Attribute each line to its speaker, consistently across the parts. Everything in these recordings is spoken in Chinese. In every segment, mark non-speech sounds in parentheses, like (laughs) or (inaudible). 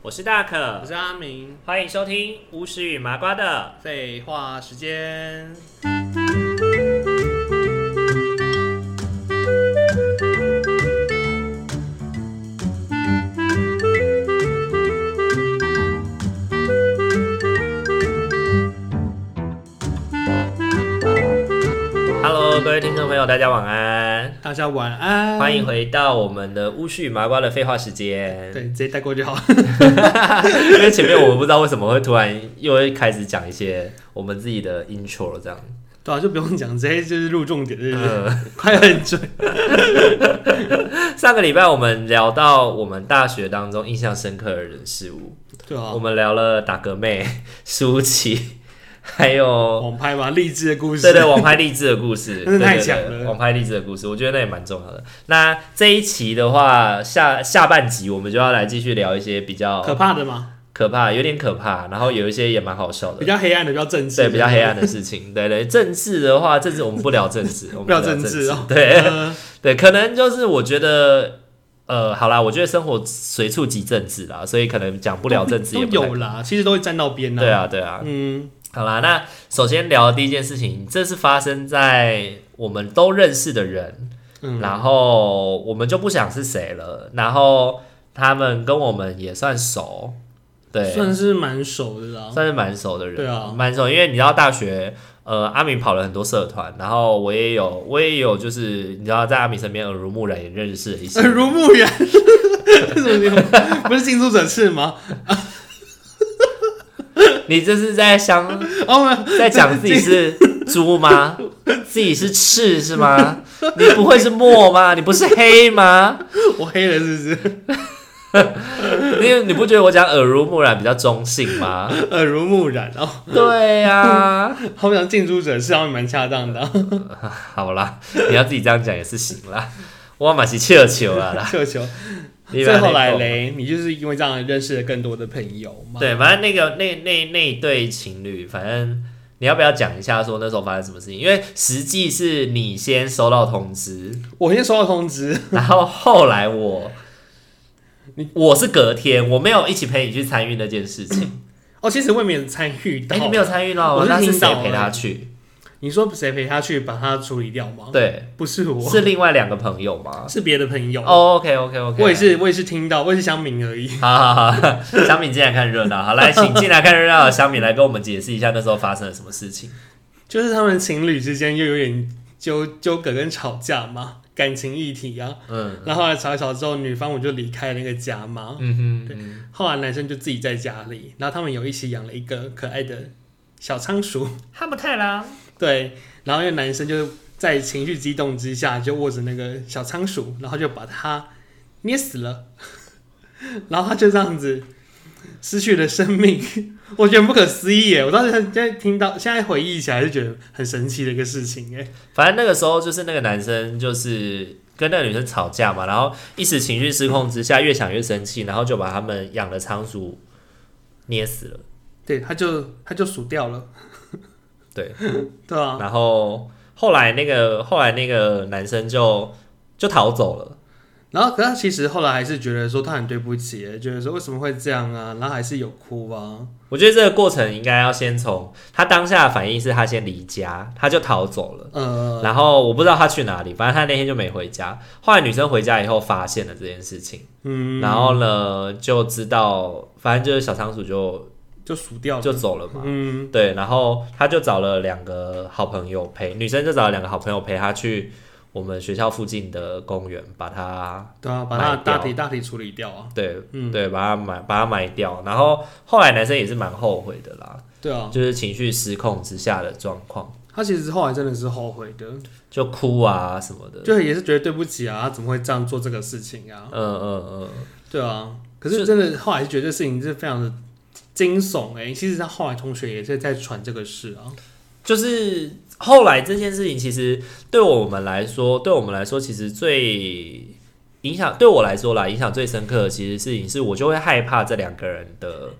Speaker 1: 我是大可
Speaker 2: 我，是阿明，
Speaker 1: 欢迎收听巫师与麻瓜的。
Speaker 2: 废话时间。
Speaker 1: Hello，各位听众朋友，大家晚安，
Speaker 2: 大家晚安，
Speaker 1: 欢迎。回到我们的巫师与麻瓜的废话时间。
Speaker 2: 对，直接带过就好。 (laughs)
Speaker 1: 因为前面我不知道为什么会突然又会开始讲一些我们自己的 intro 了这样。
Speaker 2: 对啊，就不用讲，直接就是入重点，对不对？
Speaker 1: 嗯，
Speaker 2: (laughs) 快很准。
Speaker 1: 上个礼拜我们聊到我们大学当中印象深刻的人事物，
Speaker 2: 对啊
Speaker 1: 我，们聊了打嗝妹、舒淇，还有
Speaker 2: 网拍嘛，励志的故事。
Speaker 1: 对对，网拍励志的故事，
Speaker 2: (laughs) 真是太
Speaker 1: 对对
Speaker 2: 强
Speaker 1: 对
Speaker 2: 了
Speaker 1: 网拍励志的故事，我觉得那也蛮重要的。那这一期的话，下下半集我们就要来继续聊一些比较
Speaker 2: 可怕的嘛，
Speaker 1: 可怕，有点可怕，然后有一些也蛮好笑
Speaker 2: 比
Speaker 1: 的，
Speaker 2: 较黑暗的，比较正
Speaker 1: 对，
Speaker 2: 直，
Speaker 1: 比较黑暗的事
Speaker 2: (laughs)
Speaker 1: 情。对对，政治的话，政治我们不聊政治，我们
Speaker 2: 不聊
Speaker 1: 政
Speaker 2: 政治哦
Speaker 1: 对 (laughs)
Speaker 2: 呃
Speaker 1: 对，可能就是我觉得。呃，好啦，我觉得生活随处即政治啦，所以可能讲不了政治
Speaker 2: 都
Speaker 1: 也不太
Speaker 2: 有啦，其实都会站到边啦。
Speaker 1: 对，啊，对啊，
Speaker 2: 嗯，
Speaker 1: 好啦，那首先聊的第一件事情，这是发生在我们都认识的人，
Speaker 2: 嗯
Speaker 1: 然后我们就不想是谁了，然后他们跟我们也算熟，对，
Speaker 2: 算是蛮熟的啦。
Speaker 1: 算是蛮熟的人，
Speaker 2: 对啊
Speaker 1: 蛮熟，因为你知道大学，呃，阿敏跑了很多社团，然后我也有，我也有，就是你知道在阿敏身边耳濡目染，也认识了一些
Speaker 2: 耳，濡目染，为什么你有 (laughs) 不是近朱者赤吗？
Speaker 1: 你这是在相
Speaker 2: 哦，没有
Speaker 1: 在讲自己是猪吗？自己是赤是吗？你不会是墨吗？你不是黑吗？
Speaker 2: 我黑了是不是？
Speaker 1: 因为你不觉得我讲耳濡目染比较中性吗？
Speaker 2: 耳濡目染哦，
Speaker 1: 对啊呀、
Speaker 2: 好像近朱者赤，好像蛮恰当的啊。
Speaker 1: (laughs) 好啦，你要自己这样讲也是行啦。我嘛是切球啊啦，
Speaker 2: 球球，
Speaker 1: 你
Speaker 2: 最后来
Speaker 1: 来
Speaker 2: 嘞，你就是因为这样认识了更多的朋友嘛？
Speaker 1: 对，反正那个那那那一对情侣，反正你要不要讲一下说那时候发生什么事情？因为实际是你先收到通知，
Speaker 2: 我先收到通知，
Speaker 1: (laughs) 然后后来我
Speaker 2: 你，
Speaker 1: 我是隔天，我没有一起陪你去参与那件事情。
Speaker 2: 哦，其实我也没有参与到。
Speaker 1: 哎、你没有参与到吗，
Speaker 2: 我是
Speaker 1: 那是
Speaker 2: 听到啊
Speaker 1: 谁陪
Speaker 2: 而已
Speaker 1: 他去？
Speaker 2: 你说谁陪他去把他处理掉吗？，
Speaker 1: 对，
Speaker 2: 不是哦我，
Speaker 1: 是另外两个朋友吗？
Speaker 2: 是别的朋友。
Speaker 1: 哦，OK，OK，OK、o k OK OK，
Speaker 2: 我也。是，我也是听到，我也是乡民而已。
Speaker 1: 好好好，香敏进来看热闹。好，来，请进来看热闹的香敏来跟我们解释一下那时候发生了什么事情。
Speaker 2: 就是他们情侣之间又有点纠纠葛跟吵架嘛，感情议题啊。
Speaker 1: 嗯
Speaker 2: 然后后来吵一吵之后，女方我就离开那个家嘛。
Speaker 1: 嗯哼嗯，
Speaker 2: 后来男生就自己在家里，然后他们有一起养了一个可爱的小仓鼠。
Speaker 1: 哈姆太郎，
Speaker 2: 对，然后那个男生就在情绪激动之下，就握着那个小仓鼠，然后就把它捏死了， (laughs) 然后他就这样子失去了生命，我觉得很不可思议耶！我当时现在听到，现在回忆起来就觉得很神奇的一个事情哎。
Speaker 1: 反正那个时候就是那个男生就是跟那个女生吵架嘛，然后一时情绪失控之下，越想越生气，然后就把他们养的仓鼠捏死了。
Speaker 2: 对，他就他就数掉了，
Speaker 1: 对，
Speaker 2: (laughs) 对啊，
Speaker 1: 然后后来那个后来那个男生就就逃走了。
Speaker 2: 然后可是他其实后来还是觉得说他很对不起耶，觉得说为什么会这样啊，然后还是有哭啊，
Speaker 1: 我觉得这个过程应该要先从他当下的反应是他先离家，他就逃走了。
Speaker 2: 呃，
Speaker 1: 然后我不知道他去哪里，反正他那天就没回家。后来女生回家以后发现了这件事情，
Speaker 2: 嗯，
Speaker 1: 然后呢就知道，反正就是小仓鼠就
Speaker 2: 就数掉了，
Speaker 1: 就走了嘛。
Speaker 2: 嗯，
Speaker 1: 对，然后他就找了两个好朋友陪，女生就找了两个好朋友陪他去我们学校附近的公园，把它
Speaker 2: 对啊，把他
Speaker 1: 卖
Speaker 2: 的
Speaker 1: 掉
Speaker 2: 大体大体处理掉啊，
Speaker 1: 对、
Speaker 2: 嗯
Speaker 1: 对，把它埋把它埋掉。然后后来男生也是蛮后悔的啦，
Speaker 2: 对啊，
Speaker 1: 就是情绪失控之下的状况，
Speaker 2: 他其实后来真的是后悔的，
Speaker 1: 就哭啊什么的。
Speaker 2: 就也是觉得对不起啊，他怎么会这样做这个事情啊？
Speaker 1: 嗯嗯嗯，
Speaker 2: 对啊，可是真的后来就觉得这事情是非常的惊悚哎、其实他后来同学也是在传这个事啊，
Speaker 1: 就是后来这件事情，其实对我们来说，对我们来说，其实最影响对我来说啦，影响最深刻的其实事情是我就会害怕这两个人的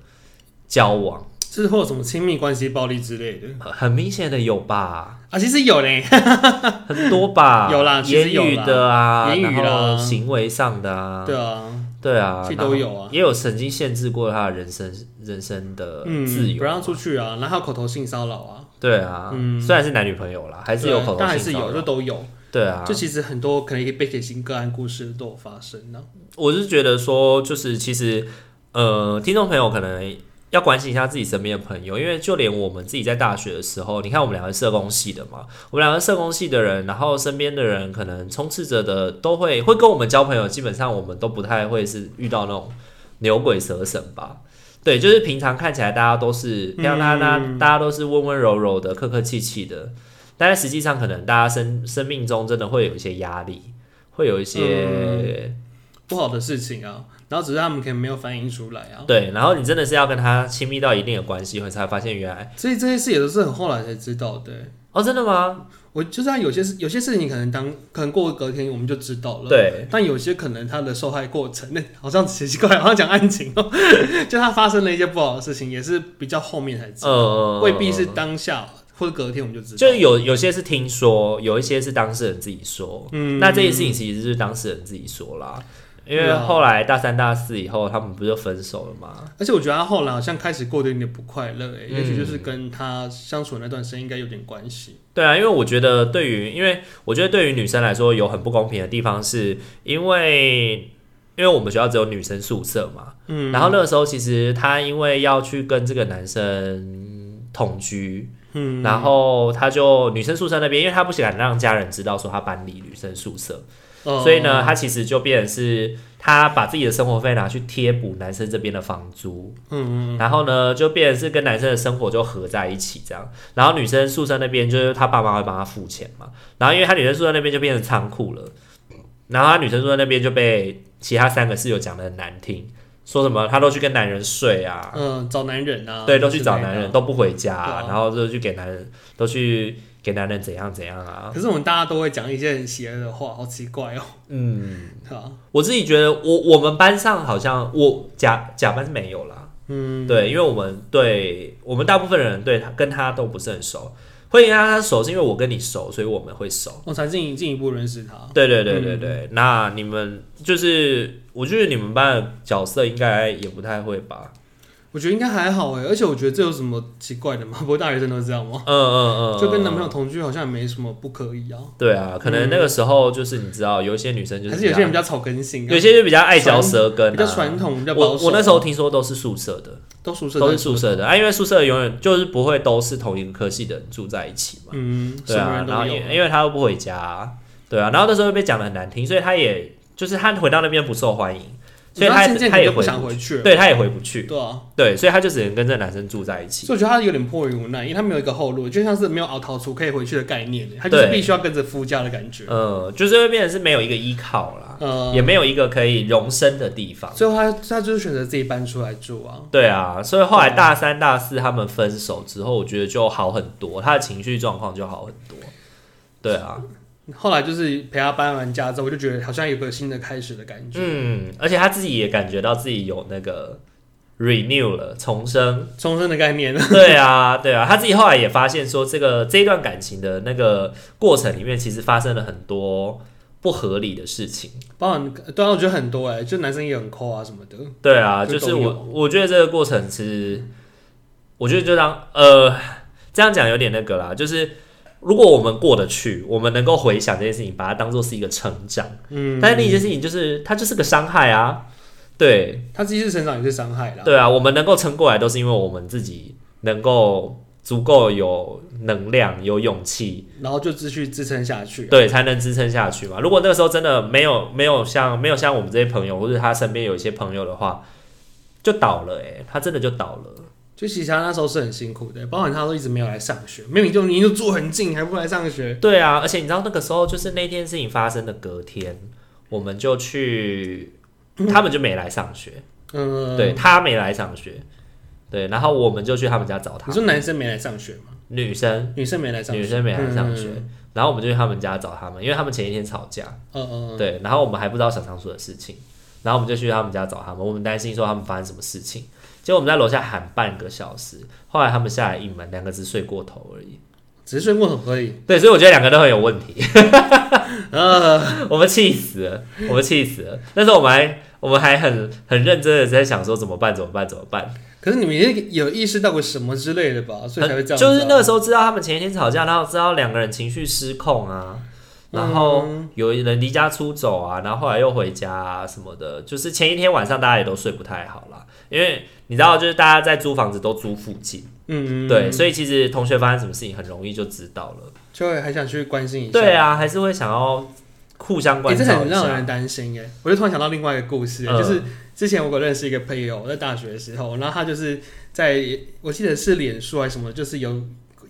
Speaker 1: 交往。
Speaker 2: 就是会有什么亲密关系暴力之类的
Speaker 1: 很很明显的有吧，
Speaker 2: 啊，其实有嘞，
Speaker 1: 很多吧，
Speaker 2: 有啦其
Speaker 1: 言
Speaker 2: 实有啦
Speaker 1: 语的啊，
Speaker 2: 言语啦
Speaker 1: 然后行为上的啊，
Speaker 2: 对啊，
Speaker 1: 对啊，
Speaker 2: 这
Speaker 1: 然后
Speaker 2: 都有啊
Speaker 1: 也有曾经限制过他的人生人生的呃自
Speaker 2: 嗯，
Speaker 1: 由，
Speaker 2: 不让出去啊，然后还有口头性骚扰啊，
Speaker 1: 对啊，
Speaker 2: 嗯
Speaker 1: 虽然是男女朋友啦，还是有
Speaker 2: 对啊
Speaker 1: 口头
Speaker 2: 但还
Speaker 1: 性
Speaker 2: 是
Speaker 1: 骚
Speaker 2: 有，就
Speaker 1: 扰，
Speaker 2: 都有。
Speaker 1: 对啊，
Speaker 2: 就其实很多可能被血型个案故事都有发生啊呢、
Speaker 1: 我是觉得说，就是其实呃，听众朋友可能要关心一下自己身边的朋友，因为就连我们自己在大学的时候，你看我们两个是社工系的嘛，我们两个社工系的人，然后身边的人可能充斥着的都会会跟我们交朋友，基本上我们都不太会是遇到那种牛鬼蛇神吧。对，就是平常看起来大家都是，
Speaker 2: 嗯
Speaker 1: 让大家大家都是温温柔柔的、客客气气的，但是实际上可能大家生生命中真的会有一些压力，会有一些
Speaker 2: 不好的事情啊，然后只是他们可能没有反映出来啊，
Speaker 1: 对，然后你真的是要跟他亲密到一定的关系，你才发现原来
Speaker 2: 所以这些事也都是很后来才知道的欸、
Speaker 1: 哦，真的吗？
Speaker 2: 我就像有些事，有些事情可能当可能过隔天我们就知道了，
Speaker 1: 对，
Speaker 2: 但有些可能他的受害过程，那好像奇奇怪怪，好像讲案情哦、 (laughs) 就他发生了一些不好的事情，也是啊比较后面才知道，
Speaker 1: 呃，
Speaker 2: 未必是当下或者隔天我们就知道。
Speaker 1: 就是有有些是听说，有一些是当事人自己说。
Speaker 2: 嗯
Speaker 1: 那这件事情其实是当事人自己说啦，因
Speaker 2: 对
Speaker 1: 为
Speaker 2: 啊
Speaker 1: 后来大三、大四以后，他们不就分手了吗？
Speaker 2: 而且我觉得他后来好像开始过得有点不快乐、欸，
Speaker 1: 嗯
Speaker 2: 也许就是跟他相处的那段时间应该有点关系。
Speaker 1: 对啊，因为我觉得对于，因为我觉得对于女生来说有很不公平的地方是，因为因为我们学校只有女生宿舍嘛，
Speaker 2: 嗯，
Speaker 1: 然后那个时候其实她因为要去跟这个男生同居，
Speaker 2: 嗯，
Speaker 1: 然后他就女生宿舍那边，因为他不想让家人知道说他搬离女生宿舍，
Speaker 2: 呃
Speaker 1: 所以呢，，他其实就变成是他把自己的生活费拿去贴补男生这边的房租，
Speaker 2: 嗯嗯
Speaker 1: 然后呢，就变成是跟男生的生活就合在一起这样。然后女生宿舍那边就是他爸妈会帮他付钱嘛，然后因为他女生宿舍那边就变成仓库了，然后他女生宿舍那边就被其他三个室友讲的很难听，说什么他都去跟男人睡啊，
Speaker 2: 嗯，找男人啊，
Speaker 1: 对，都去找
Speaker 2: 之类的
Speaker 1: 男人，。都不回家、
Speaker 2: 对啊
Speaker 1: 然后就去给男人，都去给男人怎样怎样啊。
Speaker 2: 可是我们大家都会讲一些很邪恶的话，好奇怪哦、 (laughs)
Speaker 1: 嗯，
Speaker 2: 对啊，
Speaker 1: 我自己觉得我，我们班上好像我甲甲班是没有啦，
Speaker 2: 嗯，
Speaker 1: 对，因为我们对我们大部分人对他跟他都不是很熟，会跟他熟是因为我跟你熟，所以我们会熟。
Speaker 2: 哦我才进进一步认识他。
Speaker 1: 对对对对对，
Speaker 2: 嗯
Speaker 1: 那你们就是，我觉得你们班的角色应该也不太会吧？
Speaker 2: 我觉得应该还好哎，而且我觉得这有什么奇怪的吗？不 (laughs) 过大学生都这样吗？
Speaker 1: 嗯嗯嗯，
Speaker 2: (laughs) 就跟男
Speaker 1: 嗯
Speaker 2: 朋友同居好像也没什么不可以啊，
Speaker 1: 对啊，可能那个时候就是你知道，有一些女生就是
Speaker 2: 还是有些人
Speaker 1: 比
Speaker 2: 比较草根性
Speaker 1: 较
Speaker 2: 啊，
Speaker 1: 有些就比较爱嚼舌根、啊，
Speaker 2: 比较传统，比较保
Speaker 1: 我
Speaker 2: 守。啊
Speaker 1: 我那时候听说都是宿舍的，
Speaker 2: 都宿舍
Speaker 1: 都是
Speaker 2: 在
Speaker 1: 宿舍的啊，因为宿舍永远就是不会都是同一个科系的人住在一起嘛。
Speaker 2: 嗯，什
Speaker 1: 对
Speaker 2: 么
Speaker 1: 啊
Speaker 2: 人，都
Speaker 1: 然后
Speaker 2: 有
Speaker 1: 也。因为他又不回家啊、对啊，然后那时候被讲的很难听，所以他也就是他回到那边不受欢迎，所以
Speaker 2: 然后
Speaker 1: 他
Speaker 2: 渐渐
Speaker 1: 他也
Speaker 2: 就不
Speaker 1: 回
Speaker 2: 想
Speaker 1: 不
Speaker 2: 回去
Speaker 1: 去，
Speaker 2: 了，
Speaker 1: 对，他也回不去，
Speaker 2: 对啊，
Speaker 1: 对，所以他就只能跟这个男生住在一起。
Speaker 2: 所以我觉得他有点迫于无奈，因为他没有一个后路，就像是没有熬逃出可以回去的概念，欸他就是
Speaker 1: 对
Speaker 2: 必须要跟着夫家的感觉。
Speaker 1: 嗯，就是会变成是没有一个依靠啦，
Speaker 2: 呃，
Speaker 1: 也没有一个可以容身的地方。
Speaker 2: 最后他他就是选择自己搬出来住啊。
Speaker 1: 对啊，所以后来大三、大四他们分手之后，我觉得就好很多，他的情绪状况就好很多。对啊，
Speaker 2: 后来就是陪他搬完家之后，我就觉得好像有个新的开始的感觉，
Speaker 1: 嗯，而且他自己也感觉到自己有那个 renew 了，重生。 (laughs)
Speaker 2: 重生的概念。
Speaker 1: 对啊，对啊，他自己后来也发现说，这个这一段感情的那个过程里面，其实发生了很多不合理的事情。
Speaker 2: 包含对啊，我觉得很多哎、就男生也很抠啊什么的。
Speaker 1: 对啊，
Speaker 2: 就
Speaker 1: 就
Speaker 2: 都
Speaker 1: 是
Speaker 2: 有
Speaker 1: 我我觉得这个过程其实，我觉得就当呃这样讲有点那个啦，就是。如果我们过得去，我们能够回想这件事情，把它当做是一个成长。
Speaker 2: 嗯，
Speaker 1: 但是另一件事情就是，它就是个伤害啊。对，
Speaker 2: 他自己是成长也是伤害啦。
Speaker 1: 对啊，我们能够撑过来，都是因为我们自己能够足够有能量、有勇气，
Speaker 2: 然后就继续支撑下去、啊。
Speaker 1: 对，才能支撑下去嘛。如果那个时候真的没有没有像没有像我们这些朋友，或者他身边有一些朋友的话，就倒了、欸，他真的就倒了。
Speaker 2: 就其实他那时候是很辛苦的、包含他都一直没有来上学，明明就你就住很近，还不来上学。
Speaker 1: 对啊，而且你知道那个时候就是那件事情发生的隔天，我们就
Speaker 2: (clears throat)
Speaker 1: 去，他们就没来上学，
Speaker 2: 嗯，
Speaker 1: 对，他没来上学，对，然后我们就去他们家找他
Speaker 2: 你，说男生没来上学吗？
Speaker 1: 女生。
Speaker 2: 女生没来上学，
Speaker 1: 女生没来上学
Speaker 2: 嗯。
Speaker 1: 然后我们就去他们家找他们，因为他们前一天吵架，
Speaker 2: 嗯嗯，嗯，
Speaker 1: 对，然后我们还不知道小仓鼠的事情，然后我们就去他们家找他们，我们担心说他们发生什么事情，结果我们在楼下喊半个小时，后来他们下来应门，两个只睡过头而已。
Speaker 2: 只是睡过头而已。
Speaker 1: 对，所以我觉得两个都很有问题。
Speaker 2: 呃，
Speaker 1: (laughs) 我们气死了，我们气死了。那时候我们还我们还很很认真的在想说怎么办，怎么办，怎么办。
Speaker 2: 可是你们也有意识到过什么之类的吧？所以才会这
Speaker 1: 呃
Speaker 2: 样、啊
Speaker 1: 就是那个时候知道他们前一天吵架，然后知道两个人情绪失控
Speaker 2: 嗯
Speaker 1: 啊，然后有人离家出走啊，然后后来又回家啊什么的。就是前一天晚上大家也都睡不太好啦，因为你知道，就是大家在租房子都租附近，
Speaker 2: 嗯，嗯
Speaker 1: 对，，所以其实同学发生什么事情很容易就知道了。
Speaker 2: 就会还想去关心一下。
Speaker 1: 对啊，还是会想要互相
Speaker 2: 嗯也
Speaker 1: 关
Speaker 2: 是
Speaker 1: 照
Speaker 2: 欸很
Speaker 1: 一
Speaker 2: 让
Speaker 1: 下
Speaker 2: 人。担心哎。我就突然想到另外一个故事欸，
Speaker 1: 嗯
Speaker 2: 就是之前我有认识一个朋友，在大学的时候，然后他就是在我记得是脸书还是什么，就是有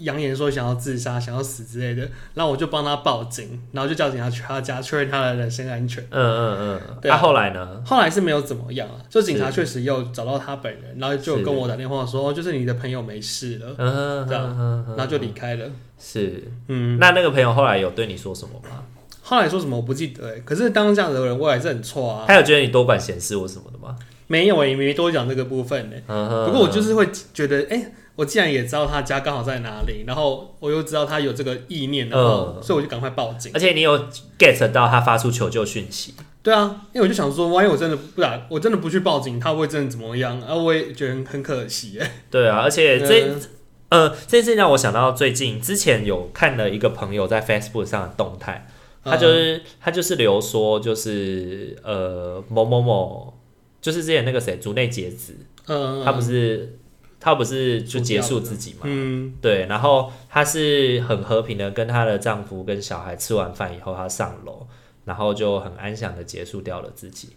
Speaker 2: 扬言说想要自杀、想要死之类的，然后我就帮他报警，然后就叫警察去他家确认他的人身安全。
Speaker 1: 嗯嗯嗯，
Speaker 2: 对
Speaker 1: 那、
Speaker 2: 啊
Speaker 1: 后来呢？
Speaker 2: 后来是没有怎么样啊，就警察确实有找到他本人，然后就有跟
Speaker 1: 是
Speaker 2: 我打电话说，哦就是你的朋友没事了，
Speaker 1: 嗯，
Speaker 2: 这样
Speaker 1: 嗯
Speaker 2: 然后就离开了。
Speaker 1: 是。
Speaker 2: 嗯，
Speaker 1: 那那个朋友后来有对你说什么吗？
Speaker 2: 后来说什么我不记得哎，可是当这样的人我还是很错啊，
Speaker 1: 他有觉得你多管闲事或什么的吗？
Speaker 2: 没有哎，没多讲这个部分呢。
Speaker 1: 嗯
Speaker 2: 哎不过我就是是会觉得，哎、我既然也知道他家刚好在哪里，然后我又知道他有这个意念，然后、
Speaker 1: 嗯
Speaker 2: 所以我就赶快报警。
Speaker 1: 而且你有 get 到他发出求救讯息，
Speaker 2: 对啊，因为我就想说，万一我真的不打，我真的不去报警，他会真的怎么样？啊，我也觉得很可惜哎。
Speaker 1: 对啊，而且这、
Speaker 2: 嗯
Speaker 1: 呃这件事情让我想到最近之前有看了一个朋友在 Facebook 上的动态，
Speaker 2: 嗯
Speaker 1: 他就是、他就是留说就是呃某某某，就是之前那个谁竹内结子，
Speaker 2: 嗯，嗯
Speaker 1: 他不是他不是就结束
Speaker 2: 出掉
Speaker 1: 自己嘛，
Speaker 2: 嗯
Speaker 1: 对，然后她是很和平的跟她的丈夫跟小孩吃完饭以后，她上楼，然后就很安详的结束掉了自己。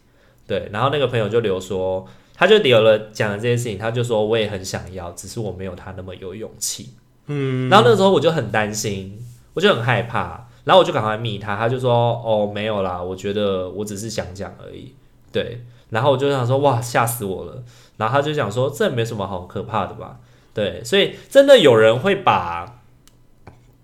Speaker 1: 对，然后那个朋友就留说，他就留了讲了这件事情，他就说我也很想要，只是我没有他那么有勇气。
Speaker 2: 嗯，
Speaker 1: 然后那时候我就很担心，我就很害怕，然后我就赶快密他，他就说哦没有啦，我觉得我只是想讲而已。对，然后我就想说哇吓死我了，然后他就讲说这没什么好可怕的吧？对，所以真的有人会把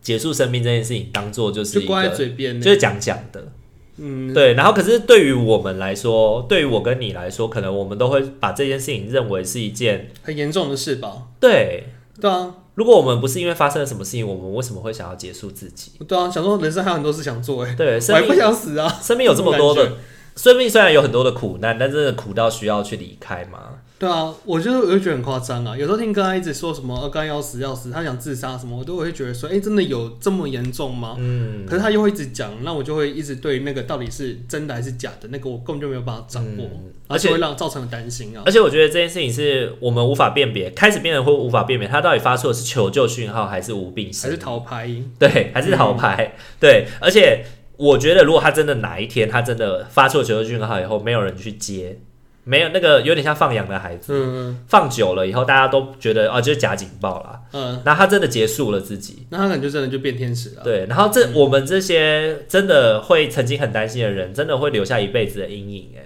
Speaker 1: 结束生命这件事情当做就是
Speaker 2: 就
Speaker 1: 一
Speaker 2: 挂在
Speaker 1: 个
Speaker 2: 嘴边
Speaker 1: 就
Speaker 2: 呢。
Speaker 1: 是讲讲的，
Speaker 2: 嗯，
Speaker 1: 对，然后可是对于我们来说，对于我跟你来说，可能我们都会把这件事情认为是一件
Speaker 2: 很严重的事吧？
Speaker 1: 对。
Speaker 2: 对啊，
Speaker 1: 如果我们不是因为发生了什么事情，我们为什么会想要结束自己？
Speaker 2: 对啊，想说人生还有很多事想做哎，
Speaker 1: 对，
Speaker 2: 我还
Speaker 1: 生
Speaker 2: 不 (laughs)
Speaker 1: 命
Speaker 2: 想死啊。
Speaker 1: 生命有这么多的，生命虽然有很多的苦难，但真的苦到需要去离开吗？
Speaker 2: 对啊，我就我就觉得很夸张啊！有时候听哥他一直说什么呃，刚要死要死，他想自杀什么，我都会觉得说，哎、真的有这么严重吗？
Speaker 1: 嗯，
Speaker 2: 可是他又会一直讲，那我就会一直对那个到底是真的还是假的，那个我根本就没有办法掌握，
Speaker 1: 嗯
Speaker 2: 而
Speaker 1: 而
Speaker 2: 且
Speaker 1: 且
Speaker 2: 会让造成担心啊。
Speaker 1: 而且我觉得这件事情是我们无法辨别，开始变得会无法辨别，他到底发出的是求救讯号还是无病呻
Speaker 2: 还
Speaker 1: 吟
Speaker 2: 是逃拍，
Speaker 1: (laughs) 对，还是逃
Speaker 2: 嗯
Speaker 1: 牌、对，而且我觉得如果他真的哪一天他真的发出了求救讯号以后，没有人去接，没有那个有点像放羊的孩子，
Speaker 2: 嗯
Speaker 1: 放久了以后大家都觉得哦就是假警报啦，
Speaker 2: 嗯，
Speaker 1: 那他真的结束了自己。
Speaker 2: 那他可能就真的就变天使了。
Speaker 1: 对，然后
Speaker 2: 嗯
Speaker 1: 这我们这些真的会曾经很担心的人，真的会留下一辈子的阴影、欸。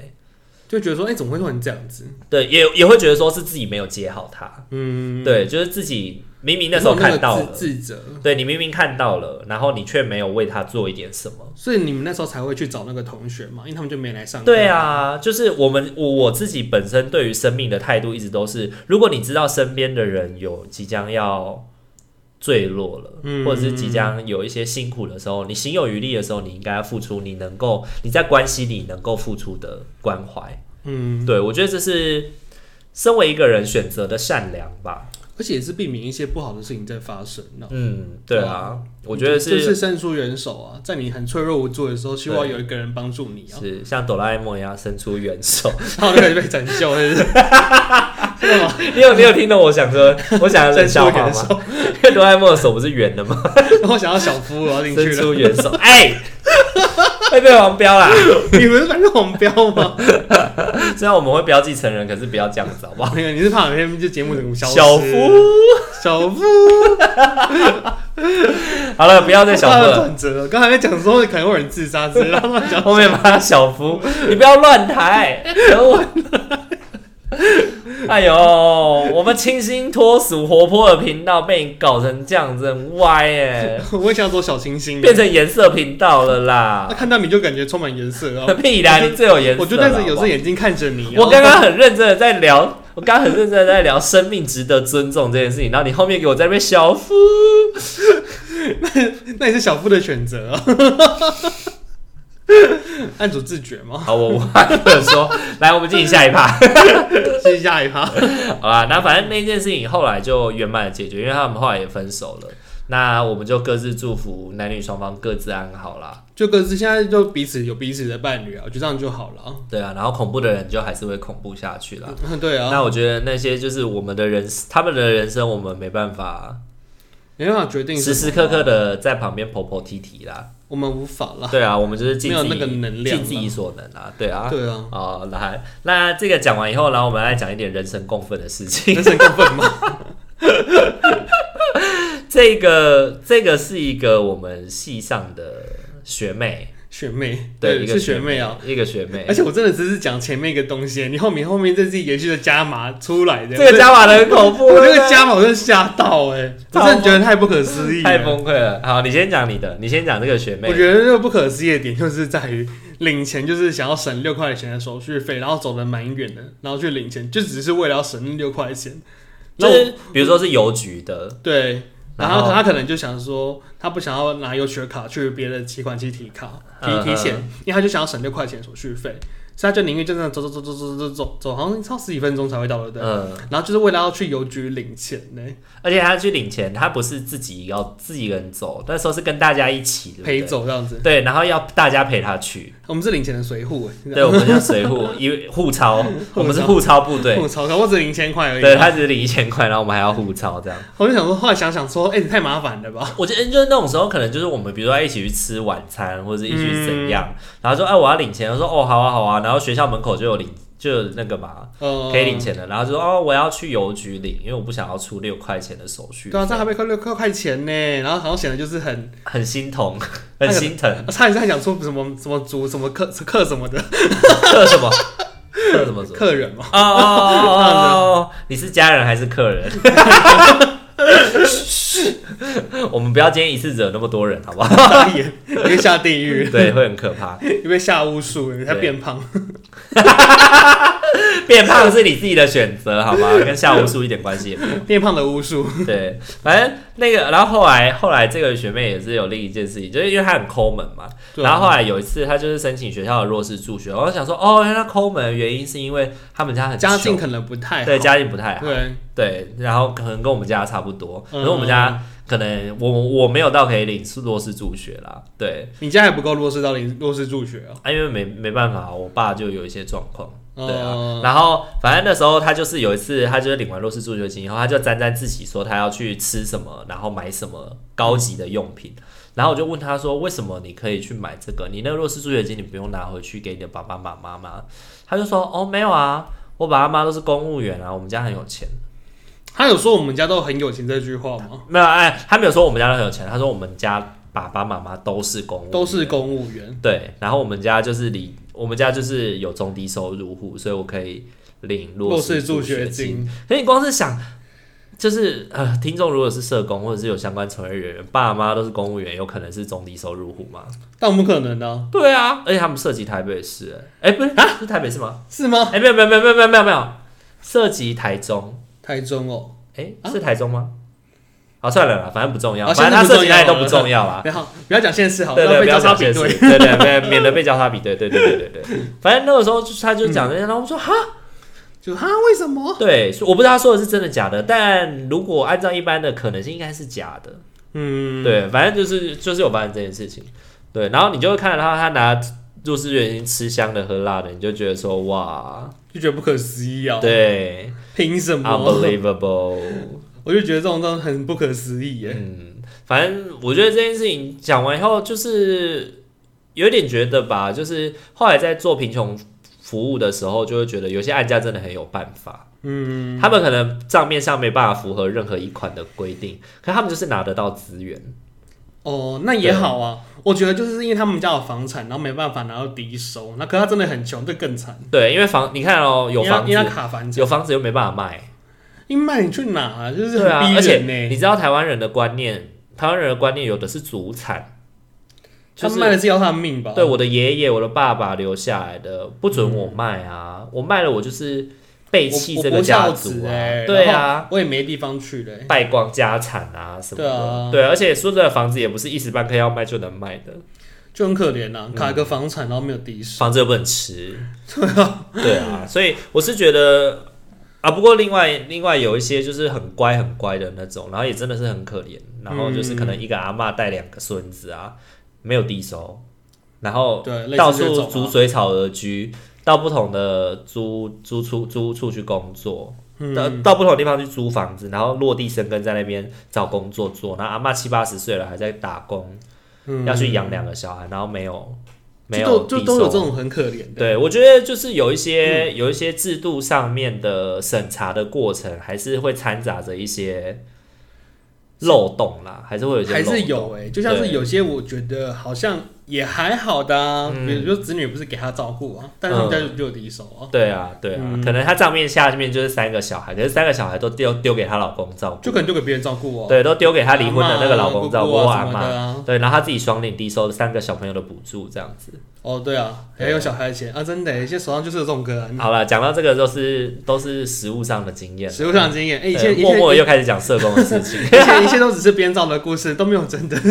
Speaker 2: 就觉得说，哎、怎么会突然这样子？
Speaker 1: 对，也也会觉得说是自己没有接好他，
Speaker 2: 嗯，
Speaker 1: 对，就是自己明明那时候看到
Speaker 2: 有那
Speaker 1: 了
Speaker 2: 个，自自责，
Speaker 1: 对你明明看到了，然后你却没有为他做一点什么。
Speaker 2: 所以你们那时候才会去找那个同学嘛，因为他们就没来上课。
Speaker 1: 对，啊，就是我们我我自己本身对于生命的态度一直都是，如果你知道身边的人有即将要坠落了，
Speaker 2: 嗯
Speaker 1: 或者是即将有一些辛苦的时候，你心有余力的时候，你应该要付出你能够你在关系里能够付出的关怀。
Speaker 2: 嗯，
Speaker 1: 对我觉得这是身为一个人选择的善良吧。
Speaker 2: 而且也是避免一些不好的事情在发生呢、
Speaker 1: 嗯，对
Speaker 2: 对
Speaker 1: 啊
Speaker 2: 啊，
Speaker 1: 我觉得
Speaker 2: 就是是伸出援手啊，在你很脆弱无助的时候，希望有一个人帮助你啊，
Speaker 1: 是像哆啦 A 梦一样伸出援手。 (laughs)
Speaker 2: 然后就可以被拯救，是不是？真的吗？
Speaker 1: 你有你有听懂我想说我想的
Speaker 2: 伸出
Speaker 1: 笑话
Speaker 2: 援
Speaker 1: 吗？
Speaker 2: 手，
Speaker 1: 因为哆啦 A 梦的手不是圆的吗？
Speaker 2: (laughs) 我想要小夫，我要进去
Speaker 1: 伸
Speaker 2: 了。
Speaker 1: 出援手， (laughs) 哎、会被黄标啦。
Speaker 2: 你不是反正红标吗？ (laughs)
Speaker 1: 虽然我们会标记成人，可是不要这样子，好不好？
Speaker 2: 没有，你是怕哪天这节目整个消失？
Speaker 1: 小夫，
Speaker 2: 小夫，
Speaker 1: 好了，不要再小
Speaker 2: 大
Speaker 1: 夫
Speaker 2: 的 (laughs)
Speaker 1: 了，
Speaker 2: 转折了。刚才在讲说可能会有人自杀之类的，然后讲 (laughs)
Speaker 1: 后面把他小夫，你不要乱抬，可恶！哎呦，我们清新脱俗、活泼的频道被你搞成这样子，很歪
Speaker 2: (laughs)
Speaker 1: 耶，
Speaker 2: 我也想走小清新的，
Speaker 1: 变成颜色频道了
Speaker 2: 他 (laughs)
Speaker 1: 啦！
Speaker 2: 看到你就感觉充满颜色
Speaker 1: (laughs)
Speaker 2: 啊。
Speaker 1: 屁啦，你最有颜色
Speaker 2: 我
Speaker 1: 了，
Speaker 2: 就戴着有
Speaker 1: 好不
Speaker 2: 色
Speaker 1: 好
Speaker 2: 眼镜看着你啊。
Speaker 1: 啊我刚
Speaker 2: (laughs)
Speaker 1: 刚很认真的在聊，我刚刚很认真的在聊生命值得尊重这件事情，然后你后面给我在那边小夫，
Speaker 2: (laughs) 那也是小夫的选择啊。案主自觉吗？
Speaker 1: 好，我无话可说。来，我们进行下一趴。
Speaker 2: 是下一趴。
Speaker 1: 好啦，那反正那件事情后来就圆满的解决，因为他们后来也分手了。那我们就各自祝福男女双方各自安好啦。
Speaker 2: 就各自现在就彼此有彼此的伴侣啊，我觉得这样就好了啊。
Speaker 1: 对啊，然后恐怖的人就还是会恐怖下去啦。
Speaker 2: 嗯对啊，
Speaker 1: 那我觉得那些就是我们的人，他们的人生我们没办法
Speaker 2: 没办法决定
Speaker 1: 时
Speaker 2: 什么啊
Speaker 1: 时刻刻的在旁边婆婆提提啦。
Speaker 2: 我们无法啦。
Speaker 1: 对啊，我们就是尽
Speaker 2: 没有
Speaker 1: 自己
Speaker 2: 那个能量
Speaker 1: 尽自己所能啊。对啊，
Speaker 2: 对啊，
Speaker 1: 哦，来，那这个讲完以后，然后我们来讲一点人神共愤的事 (laughs) 情。
Speaker 2: 人神共愤吗？
Speaker 1: 这个这个是一个我们系上的学妹，
Speaker 2: 学妹，
Speaker 1: 一个哎
Speaker 2: 是学妹啊。，
Speaker 1: 一个学妹
Speaker 2: 而。且我真的只是讲前面一个东西，你后面后面这是延续的加码出来的。
Speaker 1: 这个加码的很恐怖，啊
Speaker 2: 我这
Speaker 1: 对不对
Speaker 2: 个加码我真的吓到哎、欸，我真的觉得太不可思议了，哎
Speaker 1: 太崩溃了。好，你先讲你的，你先讲这个学妹。
Speaker 2: 我觉得这个不可思议的点就是在于领钱，就是想要省六块钱的手续费，然后走的蛮远的，然后去领钱，就只是为了要省那六块钱。
Speaker 1: 就
Speaker 2: 然后我
Speaker 1: 是比如说是邮局的，
Speaker 2: 对，
Speaker 1: 然
Speaker 2: 然
Speaker 1: 后
Speaker 2: 后他可能就想说，他不想要拿邮局的卡去别的提款机提卡提
Speaker 1: 嗯
Speaker 2: 提现，因为他就想要省六块钱手续费，所以他就宁愿就这样走走走走走走走走，好像超十几分钟才会到，对不对？
Speaker 1: 嗯，
Speaker 2: 然后就是为了要去邮局领钱呢，
Speaker 1: 而且她去领钱，她不是自己要自己一个人走，那时候是跟大家一起，对不对
Speaker 2: 陪。走这样子。
Speaker 1: 对，然后要大家陪她去。
Speaker 2: 我们是领钱的随护哎， (laughs)
Speaker 1: 对，我们叫随护，一互操，我们是互操部队。
Speaker 2: 我操，哦我只领千块而已。
Speaker 1: 对，他只是领一千块，然后我们还要互操这样。
Speaker 2: 我就想说，后来想想说，哎、你太麻烦了吧。
Speaker 1: 我觉得就是那种时候，可能就是我们比如说一起去吃晚餐，或者一起去怎样，然后说哎我要领钱，我说哦好啊好啊，然后学校门口就有领就有那个嘛
Speaker 2: 呃，
Speaker 1: 可以领。钱的，然后就说哦我要去邮局领，因为我不想要出六块钱的手续费，
Speaker 2: 对啊，这样还没扣六扣块钱呢，然后好像显得就是很，
Speaker 1: 很心痛，
Speaker 2: 那
Speaker 1: 很
Speaker 2: 个
Speaker 1: 心疼，
Speaker 2: 差点在讲出什么什么族什么客客什么的
Speaker 1: 克什么克什么什么
Speaker 2: 客人嘛，
Speaker 1: (laughs) 哦哦哦哦哦哦，你是家人还是客 (laughs) 人？我们不要今天一次惹那么多人，好不好？ (laughs)
Speaker 2: 大眼，你会下地狱，
Speaker 1: 对，会很可怕。
Speaker 2: 你被下巫术，你才变胖。 (laughs)
Speaker 1: 变胖是你自己的选择，好吗？
Speaker 2: (laughs)
Speaker 1: 跟下午数一点关系也没有。
Speaker 2: 变胖的巫术，
Speaker 1: 对，反正那个，然后后来后来这个学妹也是有另一件事情，就是因为她很抠门嘛。
Speaker 2: 对啊
Speaker 1: 然后后来有一次，她就是申请学校的弱势助学，我就想说，哦，原来她抠门的原因是因为他们家很
Speaker 2: 家境
Speaker 1: 穷
Speaker 2: 可能不太好
Speaker 1: 对家境不太好，
Speaker 2: 对，
Speaker 1: 对，然后可能跟我们家差不多，可
Speaker 2: 嗯
Speaker 1: 是我们家可能我我没有到可以领弱势助学啦，对，
Speaker 2: 你家还不够弱势到你弱势助学哦。
Speaker 1: 啊，因为没没办法，我爸就有一些状况。对啊，
Speaker 2: 哦，
Speaker 1: 然后反正那时候他就是有一次，他就是领完弱势助学金以后，他就沾沾自喜说他要去吃什么，然后买什么高级的用品。然后我就问他说，为什么你可以去买这个？你那个弱势助学金你不用拿回去给你的爸爸妈妈吗？他就说，哦，没有啊，我爸爸妈妈都是公务员啊，我们家很有钱。
Speaker 2: 他有说我们家都很有钱这句话吗？
Speaker 1: 没有，哎，他没有说我们家都很有钱，他说我们家爸爸妈妈都是公务员
Speaker 2: 都是公务员，
Speaker 1: 对，然后我们家就是领，我们家就是有中低收入户，所以我可以领弱
Speaker 2: 弱势
Speaker 1: 势
Speaker 2: 助
Speaker 1: 学
Speaker 2: 学金。
Speaker 1: 所以你光是想，就是呃，听众如果是社工或者是有相关从业人员，爸妈都是公务员，有可能是中低收入户吗？
Speaker 2: 但我们可能呢？
Speaker 1: 对啊，而且他们涉及台北市、哎、哎不是啊，是台北市吗？
Speaker 2: 是吗？
Speaker 1: 哎、没有没有没有没有没有没有没有，涉及台中，
Speaker 2: 台中哦，
Speaker 1: 哎、是台中吗？好，算了啦，反正不重要，
Speaker 2: 啊
Speaker 1: 反正
Speaker 2: 现在
Speaker 1: 他
Speaker 2: 不
Speaker 1: 涉及
Speaker 2: 重
Speaker 1: 哪里
Speaker 2: 要
Speaker 1: 都不
Speaker 2: 了
Speaker 1: 重要啦。
Speaker 2: 不要不要讲现 (laughs) 实好，
Speaker 1: 啊对
Speaker 2: 要
Speaker 1: 对，
Speaker 2: 被
Speaker 1: 不要
Speaker 2: 交叉
Speaker 1: 讲
Speaker 2: 比
Speaker 1: 现实，对
Speaker 2: 对。
Speaker 1: 对，免免得被交叉比对，对对对对对对。反正那个时候就是他就讲这些，然后我说哈，
Speaker 2: 就哈，为什么？
Speaker 1: 对，我不知道他说的是真的假的，但如果按照一般的可能性，应该是假的。
Speaker 2: 嗯，
Speaker 1: 对，反正就是就是有发生这件事情。对，然后你就会看到他他拿入室原因吃香的喝辣的，你就觉得说哇，
Speaker 2: 就觉得不可思议啊！，
Speaker 1: 对啊
Speaker 2: 凭什么？
Speaker 1: ，unbelievable。
Speaker 2: 我就觉得这种东西很不可思议
Speaker 1: (laughs)
Speaker 2: 耶。
Speaker 1: 嗯，反正我觉得这件事情讲完以后，就是有点觉得吧，就是后来在做贫穷服务的时候，就会觉得有些案家真的很有办法。嗯，他们可能账面上没办法符合任何一款的规定，可他们就是拿得到资源。
Speaker 2: 哦，那也好啊。我觉得就是因为他们家有房产，然后没办法拿到低收，那可他真的很穷，这更惨。
Speaker 1: 对，因为房，你看哦，有房
Speaker 2: 因为他
Speaker 1: 子，
Speaker 2: 卡房子，
Speaker 1: 有房子又没办法卖，
Speaker 2: 你卖你去哪、啊？就是
Speaker 1: 对
Speaker 2: 很
Speaker 1: 啊。
Speaker 2: 逼
Speaker 1: 而且
Speaker 2: 人欸呢、
Speaker 1: 你知道台湾人的观念，台湾人的观念有的是祖产，就
Speaker 2: 他
Speaker 1: 是
Speaker 2: 卖的是要他的命吧？
Speaker 1: 对，我的爷爷、我的爸爸留下来的，不准我卖啊！我卖了，我就是背弃
Speaker 2: 我
Speaker 1: 这
Speaker 2: 嗯我
Speaker 1: 个
Speaker 2: 不孝
Speaker 1: 家
Speaker 2: 子
Speaker 1: 族啊！
Speaker 2: 欸
Speaker 1: 对
Speaker 2: 然
Speaker 1: 啊，
Speaker 2: 我也没地方去嘞、
Speaker 1: 败光家产啊什么的。
Speaker 2: 对
Speaker 1: 对
Speaker 2: 啊
Speaker 1: 而且说真的，房子也不是一时半刻要卖就能卖的。
Speaker 2: 就很可怜
Speaker 1: 嗯
Speaker 2: 呐、卡一个房产，然后没有滴水。
Speaker 1: 房子又不能吃，对啊，所以我是觉得啊，不过另外另外有一些就是很乖很乖的那种，然后也真的是很可怜，然后就是可能一个阿嬷带两个孙子啊，没有低收，然后
Speaker 2: 对类似
Speaker 1: 嗯到
Speaker 2: 这
Speaker 1: 处
Speaker 2: 种啊
Speaker 1: 逐水草而居，到不同的租租出租处去工作。
Speaker 2: 嗯
Speaker 1: 到到不同的地方去租房子，然后落地生根，在那边找工作做。然后阿嬷七八十岁了，还在打工，
Speaker 2: 嗯，
Speaker 1: 要去养两个小孩，然后没有没
Speaker 2: 就
Speaker 1: 有
Speaker 2: 都就
Speaker 1: 低
Speaker 2: 都有
Speaker 1: 收
Speaker 2: 这种很可怜的。
Speaker 1: 对，我觉得就是有一些、有一些制度上面的审查的过程，还是会掺杂着一些漏洞啦，还是会有一些
Speaker 2: 还是
Speaker 1: 漏洞
Speaker 2: 有哎、就像是
Speaker 1: 对
Speaker 2: 有些我觉得好像也还好的、啊，
Speaker 1: 嗯
Speaker 2: 比如说子女不是给他照顾啊，但是他们家就就有敌手啊，
Speaker 1: 对啊，对啊，可能她账面下面就是三个小孩，可是三个小孩都丢丢给她老公照顾，
Speaker 2: 就可能就给别人照顾哦、
Speaker 1: 对，都丢给她离婚的那个
Speaker 2: 阿嬷啊
Speaker 1: 老公照顾
Speaker 2: 姑姑
Speaker 1: 阿
Speaker 2: 啊什么
Speaker 1: 妈，
Speaker 2: 的啊。
Speaker 1: 对，然后她自己双领低收三个小朋友的补助这样子。
Speaker 2: 哦，对啊，还有小孩的钱啊，真的欸，现在手上就是有这种个案，
Speaker 1: 好了，讲到这个都是都是实物上的经验啦，
Speaker 2: 实物上的经验，哎，一
Speaker 1: 对
Speaker 2: 切
Speaker 1: 啊
Speaker 2: 一
Speaker 1: 默
Speaker 2: 切
Speaker 1: 默又开始讲社工的事情。
Speaker 2: 一切一切都只是编造的故事，都没有真的。 (laughs)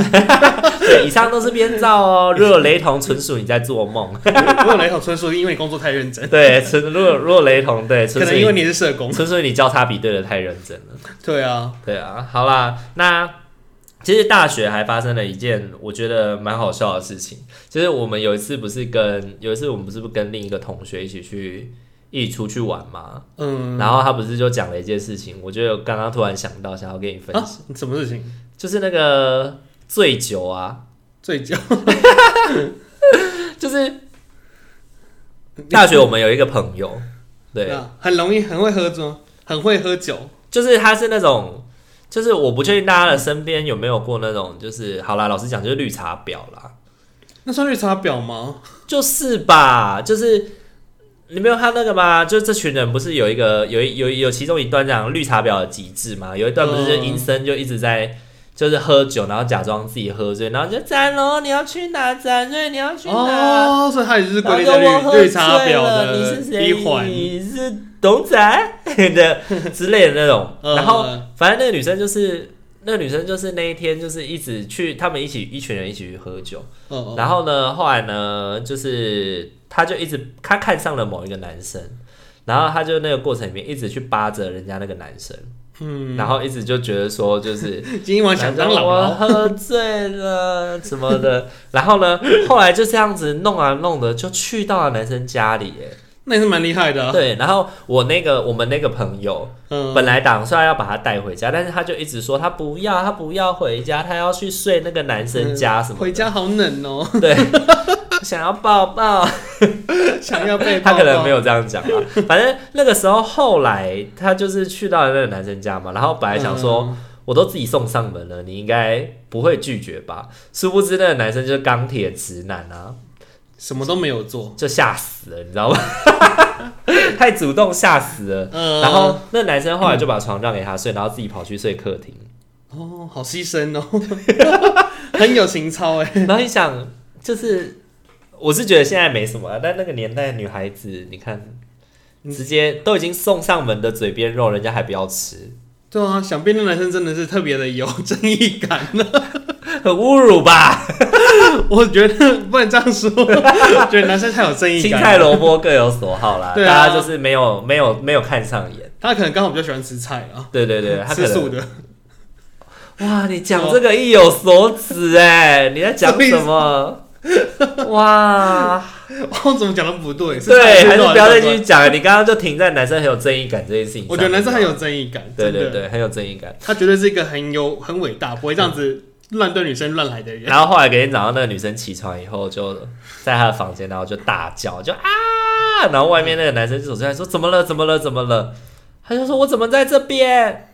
Speaker 1: 对，以上都是编造哦，如有雷同，纯属你在做梦。
Speaker 2: 我有雷同纯属因为工作太认
Speaker 1: (laughs)
Speaker 2: 真，
Speaker 1: 对，纯如果如果雷同，对，
Speaker 2: 可
Speaker 1: 纯属
Speaker 2: 能因为你是社工。
Speaker 1: 纯属你交叉比对的太认真了。
Speaker 2: 对啊，
Speaker 1: 对啊，好啦，那其实大学还发生了一件我觉得蛮好笑的事情，就是我们有一次不是跟有一次我们是不是跟另一个同学一起去一起出去玩嘛？
Speaker 2: 嗯
Speaker 1: 然后他不是就讲了一件事情，我就刚刚突然想到，想要跟你分享，
Speaker 2: 啊，什么事情？
Speaker 1: 就是那个醉酒啊，
Speaker 2: 醉酒？
Speaker 1: (laughs) 就是大
Speaker 2: (laughs)
Speaker 1: 学我们有一个朋友，对，
Speaker 2: 啊，很容易，很会喝酒，很会喝酒。
Speaker 1: 就是他是那种，就是我不确定大家的身边有没有过那种，就是好啦，老实讲就是绿茶婊啦，
Speaker 2: 那算绿茶婊吗？
Speaker 1: 就是吧，就是你没有看那个吗？就是这群人不是有一个有一有一有其中一段讲绿茶婊的极致嘛？有一段不是就
Speaker 2: 嗯
Speaker 1: 阴森就一直在。就是喝酒，然后假装自己喝醉，然后就展龙，你要去哪？展瑞，你要去哪？
Speaker 2: 哦，所以他也是
Speaker 1: 啊然后
Speaker 2: 归类
Speaker 1: 跟我
Speaker 2: 在
Speaker 1: 喝
Speaker 2: 绿
Speaker 1: 醉
Speaker 2: 绿茶婊
Speaker 1: 了，你
Speaker 2: 的
Speaker 1: 是谁？
Speaker 2: 一环。
Speaker 1: 你是董仔 (laughs) 的之类的那种。
Speaker 2: 嗯
Speaker 1: 然后反正那个女生就是，那个女生就是那一天就是一直去，他们一起一群人一起去喝酒。
Speaker 2: 嗯嗯
Speaker 1: 然后呢，后来呢，就是她就一直她看上了某一个男生，然后她就那个过程里面一直去扒着人家那个男生，
Speaker 2: 嗯，
Speaker 1: 然后一直就觉得说就是。
Speaker 2: 今天晚上想当
Speaker 1: 然后我
Speaker 2: 姥姥，
Speaker 1: 喝醉了什么的， (laughs) 然后呢，后来就这样子弄啊弄的，就去到了男生家里耶。
Speaker 2: 那也是蛮厉害的啊。
Speaker 1: 对，然后我那个我们那个朋友，
Speaker 2: 嗯，
Speaker 1: 本来打算要把他带回家，但是他就一直说他不要，他不要回家，他要去睡那个男生家什么的
Speaker 2: 嗯回家好冷哦，
Speaker 1: (laughs)
Speaker 2: (laughs)
Speaker 1: 对，想要抱抱。
Speaker 2: 想要被
Speaker 1: 他可能
Speaker 2: 抱抱
Speaker 1: 没有这样讲啦，反正那个时候后来他就是去到了那个男生家嘛，然后本来想说。我都自己送上门了，你应该不会拒绝吧？殊不知那个男生就是钢铁直男啊，
Speaker 2: 什么都没有做。
Speaker 1: 就吓死了，你知道吗？ (laughs) 太主动吓死了。
Speaker 2: 嗯，
Speaker 1: 然后那男生后来就把床让给他睡，然后自己跑去睡客厅。
Speaker 2: 哦，好牺牲哦， (laughs) 很有情操哎。
Speaker 1: 然后你想，就是我是觉得现在没什么啊，但那个年代的女孩子，你看，直接都已经送上门的嘴边肉，人家还不要吃，
Speaker 2: 对啊，想变的男生真的是特别的有正义感
Speaker 1: (laughs)
Speaker 2: 呢。
Speaker 1: 很侮辱吧？
Speaker 2: 我觉得不能这
Speaker 1: (laughs)
Speaker 2: 样说，我觉得男生太有正义
Speaker 1: 青
Speaker 2: 感了。
Speaker 1: 菜萝卜各有所好啦，
Speaker 2: 对啊
Speaker 1: 大家就是没有没有没有看上眼。
Speaker 2: 他可能刚好比较喜欢吃菜啊，
Speaker 1: 对对对，他可
Speaker 2: 吃素
Speaker 1: 能
Speaker 2: 的。 (laughs)
Speaker 1: 哇，你讲这个意有所指哎、你在讲什么？
Speaker 2: (laughs)
Speaker 1: 哇，
Speaker 2: 我哦怎么讲都不对，是菜
Speaker 1: 对，还是
Speaker 2: 肉
Speaker 1: 不要再
Speaker 2: 还
Speaker 1: 继续
Speaker 2: 是
Speaker 1: 讲了。你刚刚就停在男生很有正义感这件事情上
Speaker 2: 我觉得男生很，有正义感，
Speaker 1: 对对
Speaker 2: 真的，
Speaker 1: 对，很有正义感。
Speaker 2: 他绝对是一个很有很伟大，不会这样子乱对女生乱来的人。
Speaker 1: 然后后来隔天早上，那个女生起床以后，就在她的房间，然后就大叫，就啊！然后外面那个男生就走出来说：“怎么了？怎么了？怎么了？”他就说：“我怎么在这边？”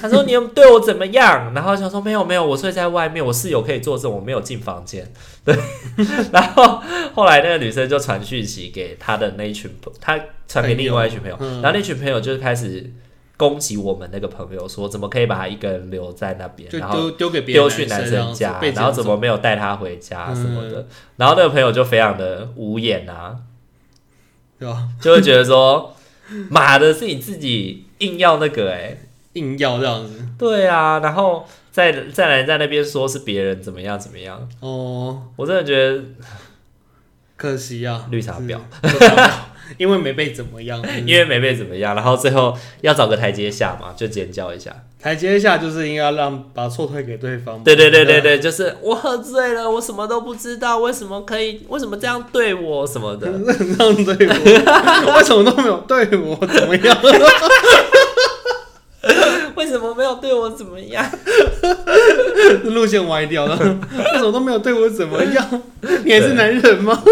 Speaker 1: 他说：“你们对我怎么样？”然后想说：“没有，没有，我睡在外面，我室友可以作证，我没有进房间。”对。 (laughs) 然后后来那个女生就传讯息给她的那一群朋，她传给另外一群朋友，
Speaker 2: 朋友嗯
Speaker 1: 然后那群朋友就开始攻击我们那个朋友，说：“怎么可以把他一个人留在那边？”
Speaker 2: 就
Speaker 1: 然后
Speaker 2: 丢丢给别人
Speaker 1: 丢去男生
Speaker 2: 这样
Speaker 1: 家
Speaker 2: 子被，
Speaker 1: 然后
Speaker 2: 捡
Speaker 1: 怎
Speaker 2: 走嗯
Speaker 1: 么没有带他回家什么的，然后那个朋友就非常的无眼啊，
Speaker 2: 对吧？
Speaker 1: 就会觉得说，妈的，是你自己硬要那个哎、
Speaker 2: 硬要这样子，
Speaker 1: 对啊，然后再再来在那边说是别人怎么样怎么样，
Speaker 2: 哦，
Speaker 1: 我真的觉得
Speaker 2: 可惜啊，
Speaker 1: 绿茶婊
Speaker 2: 是，绿茶婊因为没被怎么样，
Speaker 1: (laughs) 因为没被怎么样，然后最后要找个台阶下嘛，就尖叫一下。
Speaker 2: 台阶下就是应该让把错推给对方嘛。
Speaker 1: 对对对对对，就是我喝醉了，我什么都不知道，为什么可以，为什么这样对我什么
Speaker 2: (laughs)
Speaker 1: 的。
Speaker 2: 很让对我，为什么都没有对我怎么样？ (laughs)
Speaker 1: 为什么没有对我怎么样？
Speaker 2: 路线歪掉了，为什么都没有对我怎么样？ (laughs) 你还是男人吗？ (laughs)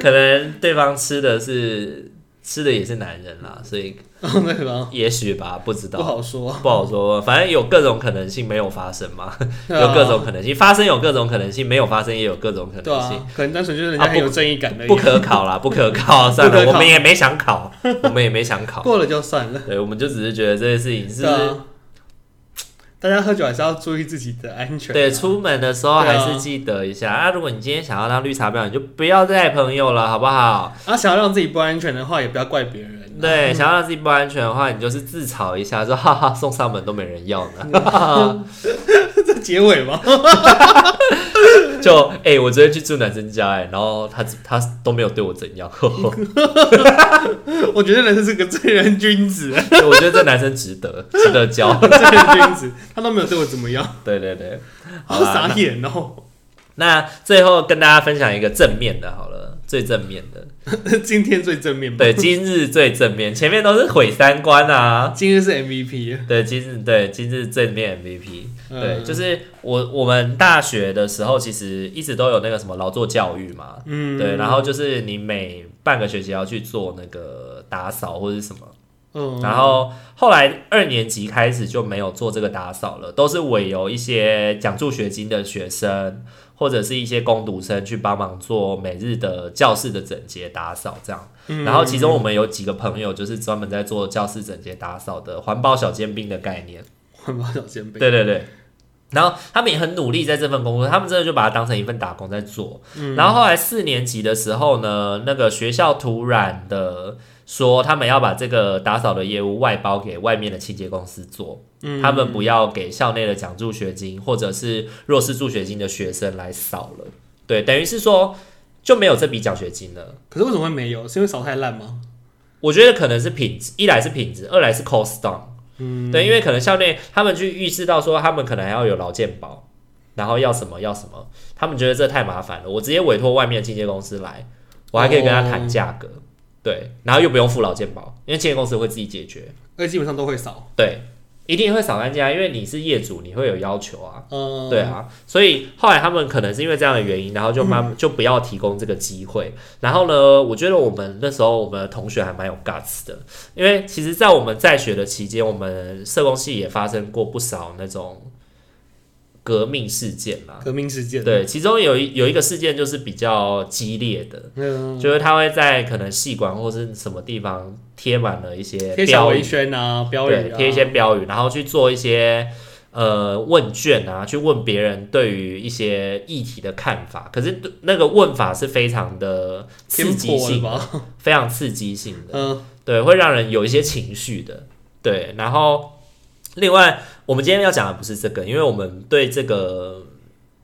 Speaker 1: 可能对方吃的是吃的也是男人啦，所以
Speaker 2: 哦，对吧？
Speaker 1: 也许吧，不知道，
Speaker 2: 不好说，
Speaker 1: 不好说，反正有各种可能性没有发生嘛，
Speaker 2: 对啊
Speaker 1: 有各种可能性，发生有各种可能性，没有发生也有各种可
Speaker 2: 对
Speaker 1: 能性，
Speaker 2: 啊，可能单纯就是人家很有正义感而已
Speaker 1: 不，可考啦，不可
Speaker 2: (laughs)
Speaker 1: 考，算
Speaker 2: 不可
Speaker 1: 了，
Speaker 2: 考
Speaker 1: 我们也没想考，我们也没想考，
Speaker 2: 过了就算了。
Speaker 1: 对，我们就只是觉得这件事情是
Speaker 2: 对啊，大家喝酒还是要注意自己的安全啊。
Speaker 1: 对，出门的时候
Speaker 2: 对
Speaker 1: 还
Speaker 2: 啊
Speaker 1: 是记得一下啊。如果你今天想要当绿茶婊，你就不要再朋友了，好不好？
Speaker 2: 啊，想要让自己不安全的话，也不要怪别人。 (laughs)
Speaker 1: 对，想要让自己不安全的话，你就是自嘲一下，说哈哈，送上门都没人要
Speaker 2: (laughs)
Speaker 1: 呢。
Speaker 2: 这结尾吗？ (laughs)
Speaker 1: 就哎、我昨天去住男生家哎、然后他他都没有对我怎
Speaker 2: (laughs)
Speaker 1: 样，呵呵
Speaker 2: 我觉得人是个正人君子， (laughs)
Speaker 1: 对我觉得这男生值得值得交。
Speaker 2: 正人君子，他都没有对我怎么样，
Speaker 1: 对对对，好
Speaker 2: 好
Speaker 1: 啦
Speaker 2: 傻眼哦。 (laughs)
Speaker 1: 那最后跟大家分享一个正面的，好了，最正面的，
Speaker 2: 今天最正面吧，
Speaker 1: 对，今日最正面，前面都是毁三观啊。
Speaker 2: 今日是 MVP，
Speaker 1: 对，今日对今日正面 MVP，对，
Speaker 2: 嗯
Speaker 1: 就是我我们大学的时候，其实一直都有那个什么劳作教育嘛，
Speaker 2: 嗯，
Speaker 1: 对，然后就是你每半个学期要去做那个打扫或者是什么，
Speaker 2: 嗯，
Speaker 1: 然后后来二年级开始就没有做这个打扫了，都是委由一些奖助学金的学生或者是一些工读生去帮忙做每日的教室的整洁打扫这样。
Speaker 2: 嗯
Speaker 1: 然后其中我们有几个朋友就是专门在做教室整洁打扫的环保小尖兵的概念。
Speaker 2: 环保小尖兵，
Speaker 1: 对对对。然后他们也很努力在这份工作，他们真的就把它当成一份打工在做。然后后来四年级的时候呢，那个学校突然的说，他们要把这个打扫的业务外包给外面的清洁公司做，
Speaker 2: 嗯
Speaker 1: 他们不要给校内的奖助学金或者是弱势助学金的学生来扫了。对，等于是说就没有这笔奖学金了。
Speaker 2: 可是为什么会没有？是因为扫太烂吗？
Speaker 1: 我觉得可能是品质，一来是品质，二来是 cost down。嗯，对，因为可能校内他们去预示到说，他们可能还要有劳健保，然后要什么要什么，他们觉得这太麻烦了，我直接委托外面的清洁公司来，我还可以跟他谈价格，对，然后又不用付劳健保，因为清洁公司会自己解决，
Speaker 2: 而且基本上都会扫，
Speaker 1: 对，一定会扫干净啊，因为你是业主，你会有要求啊，
Speaker 2: 嗯，
Speaker 1: 对，啊，所以后来他们可能是因为这样的原因，然后就
Speaker 2: 嗯
Speaker 1: 慢、就不要提供这个机会。然后呢，我觉得我们那时候我们的同学还蛮有 guts 的，因为其实，在我们在学的期间，我们社工系也发生过不少那种革命事件啦。
Speaker 2: 革命事件，，
Speaker 1: 对，其中有一有一个事件就是比较激烈的，
Speaker 2: 嗯，
Speaker 1: 就是他会在可能系馆或是什么地方贴满了一些
Speaker 2: 贴小
Speaker 1: 标
Speaker 2: 围
Speaker 1: 语，
Speaker 2: 圈啊，标
Speaker 1: 对，
Speaker 2: 语啊，
Speaker 1: 贴一些标语，然后去做一些呃问卷啊，去问别人对于一些议题的看法。可是那个问法是非常的刺
Speaker 2: 偏
Speaker 1: 激
Speaker 2: 颇了
Speaker 1: 性的，
Speaker 2: 吧？
Speaker 1: 非常刺激性的，
Speaker 2: 嗯，
Speaker 1: 对，会让人有一些情绪的，对。然后另外，我们今天要讲的不是这个，因为我们对这个。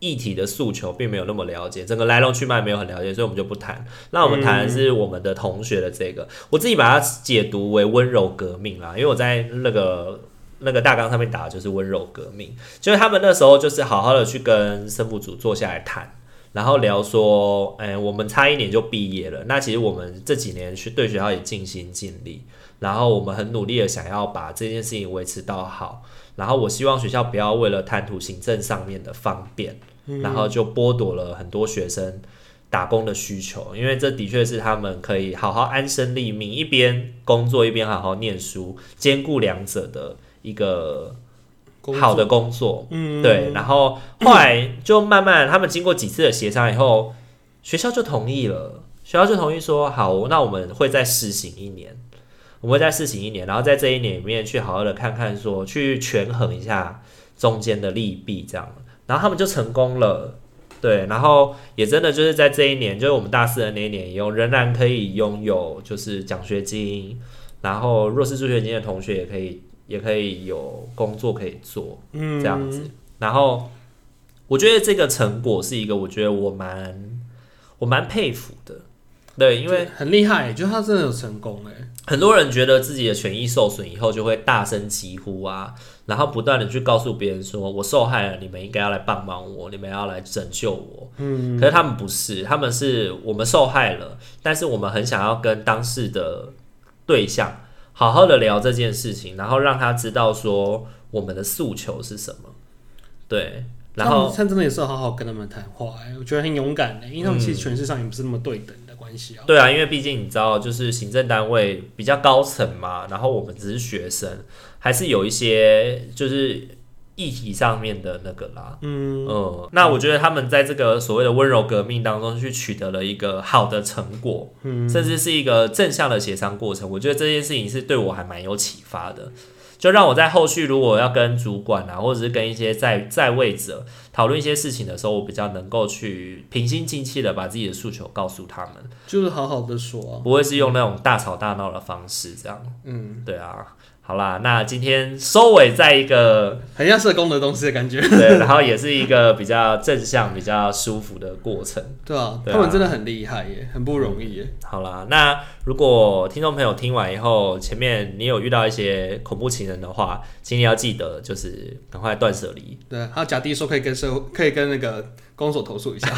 Speaker 1: 议题的诉求并没有那么了解，整个来龙去脉没有很了解，所以我们就不谈。那我们谈的是我们的同学的这个，我自己把它解读为温柔革命啦，因为我在那个那个大纲上面打的就是温柔革命，就是他们那时候就是好好的去跟生父组坐下来谈。然后聊说，哎、我们差一年就毕业了。那其实我们这几年去对学校也尽心尽力，然后我们很努力的想要把这件事情维持到好。然后我希望学校不要为了贪图行政上面的方便，
Speaker 2: 嗯
Speaker 1: 然后就剥夺了很多学生打工的需求，因为这的确是他们可以好好安身立命，一边工作一边好好念书，兼顾两者的一个
Speaker 2: 工
Speaker 1: 好
Speaker 2: 作，
Speaker 1: 的工作。
Speaker 2: 嗯，
Speaker 1: 对，然后后来就慢慢他们经过几次的协商以后，学校就同意了，学校就同意说好，那我们会再试行一年，我们会再试行一年，然后在这一年里面去好好的看看说，去权衡一下中间的利弊这样，然后他们就成功了。对，然后也真的就是在这一年，就是我们大四的那一年，用仍然可以拥有就是奖学金，然后弱势助学金的同学也可以也可以有工作可以做
Speaker 2: 嗯，
Speaker 1: 这样子。然后我觉得这个成果是一个，我觉得我蛮我蛮佩服的，对，因为
Speaker 2: 很厉害，就他真的有成功哎，
Speaker 1: 很多人觉得自己的权益受损以后，就会大声疾呼啊，然后不断的去告诉别人说：“我受害了，你们应该要来帮忙我，你们要来拯救我。”嗯，可是他们不是，他们是我们受害了，但是我们很想要跟当事的对象好好的聊这件事情，然后让他知道说我们的诉求是什么。对，然后
Speaker 2: 他们真的也是有好好跟他们谈话哎，我觉得很勇敢哎，因为他们
Speaker 1: 嗯
Speaker 2: 其实权势上也不是那么对等的关系啊。
Speaker 1: 对啊，因为毕竟你知道，就是行政单位比较高层嘛，然后我们只是学生，还是有一些就是议题上面的那个啦。嗯那我觉得他们在这个所谓的温柔革命当中去取得了一个好的成果，嗯，甚至是一个正向的协商过程。我觉得这件事情是对我还蛮有启发的。就让我在后续如果要跟主管啊，或者是跟一些在在位者讨论一些事情的时候，我比较能够去平心静气的把自己的诉求告诉他们。
Speaker 2: 就是好好的说、啊，
Speaker 1: 不会是用那种大吵大闹的方式这样。
Speaker 2: 嗯，
Speaker 1: 对啊，好啦，那今天收尾在一个
Speaker 2: 很像社工的东西的感觉， (laughs)
Speaker 1: 对，然后也是一个比较正向、比较舒服的过程。
Speaker 2: 对啊，
Speaker 1: 对啊
Speaker 2: 他们真的很厉害耶，很不容易耶。
Speaker 1: 好啦，那如果听众朋友听完以后，前面你有遇到一些恐怖情人的话，请你要记得就是赶快断舍离。
Speaker 2: 对，还有甲弟说可以跟社可以跟那个公所
Speaker 1: (laughs)
Speaker 2: 投诉一下，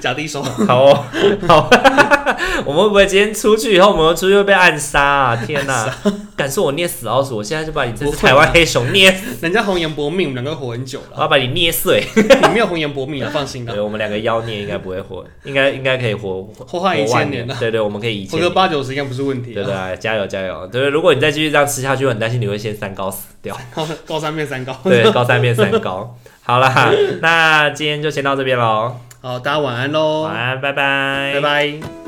Speaker 2: 甲弟说
Speaker 1: 好、哦，
Speaker 2: (laughs)
Speaker 1: 好， (laughs) 我们会不会今天出去以后，我们出去会被暗杀啊？天哪、敢说我捏死老鼠，我现在就把你这只
Speaker 2: 不会啊
Speaker 1: 台湾黑熊捏死，
Speaker 2: 人家红颜薄命，我们两个活很久
Speaker 1: 我
Speaker 2: 了，
Speaker 1: 要把你捏碎。
Speaker 2: 你没有红颜薄命啊，放心啦，
Speaker 1: 对，我们两个妖孽应该不会
Speaker 2: (laughs)
Speaker 1: 活，应该应该可以活
Speaker 2: 活化一千
Speaker 1: 万
Speaker 2: 年啊
Speaker 1: 对对，我们可以一
Speaker 2: 活
Speaker 1: 千
Speaker 2: 个
Speaker 1: 年。
Speaker 2: 八九十应该不是问题
Speaker 1: 对
Speaker 2: 了。
Speaker 1: 对、啊，加油加油！对，如果你再继续这样吃下去，我很担心你会先三高死
Speaker 2: (laughs)
Speaker 1: 掉。
Speaker 2: 高高三变三高。 (laughs)
Speaker 1: 对，高三变三高。好啦，那今天就先到这边喽，
Speaker 2: 好，大家晚安喽，
Speaker 1: 晚安，拜拜，
Speaker 2: 拜拜。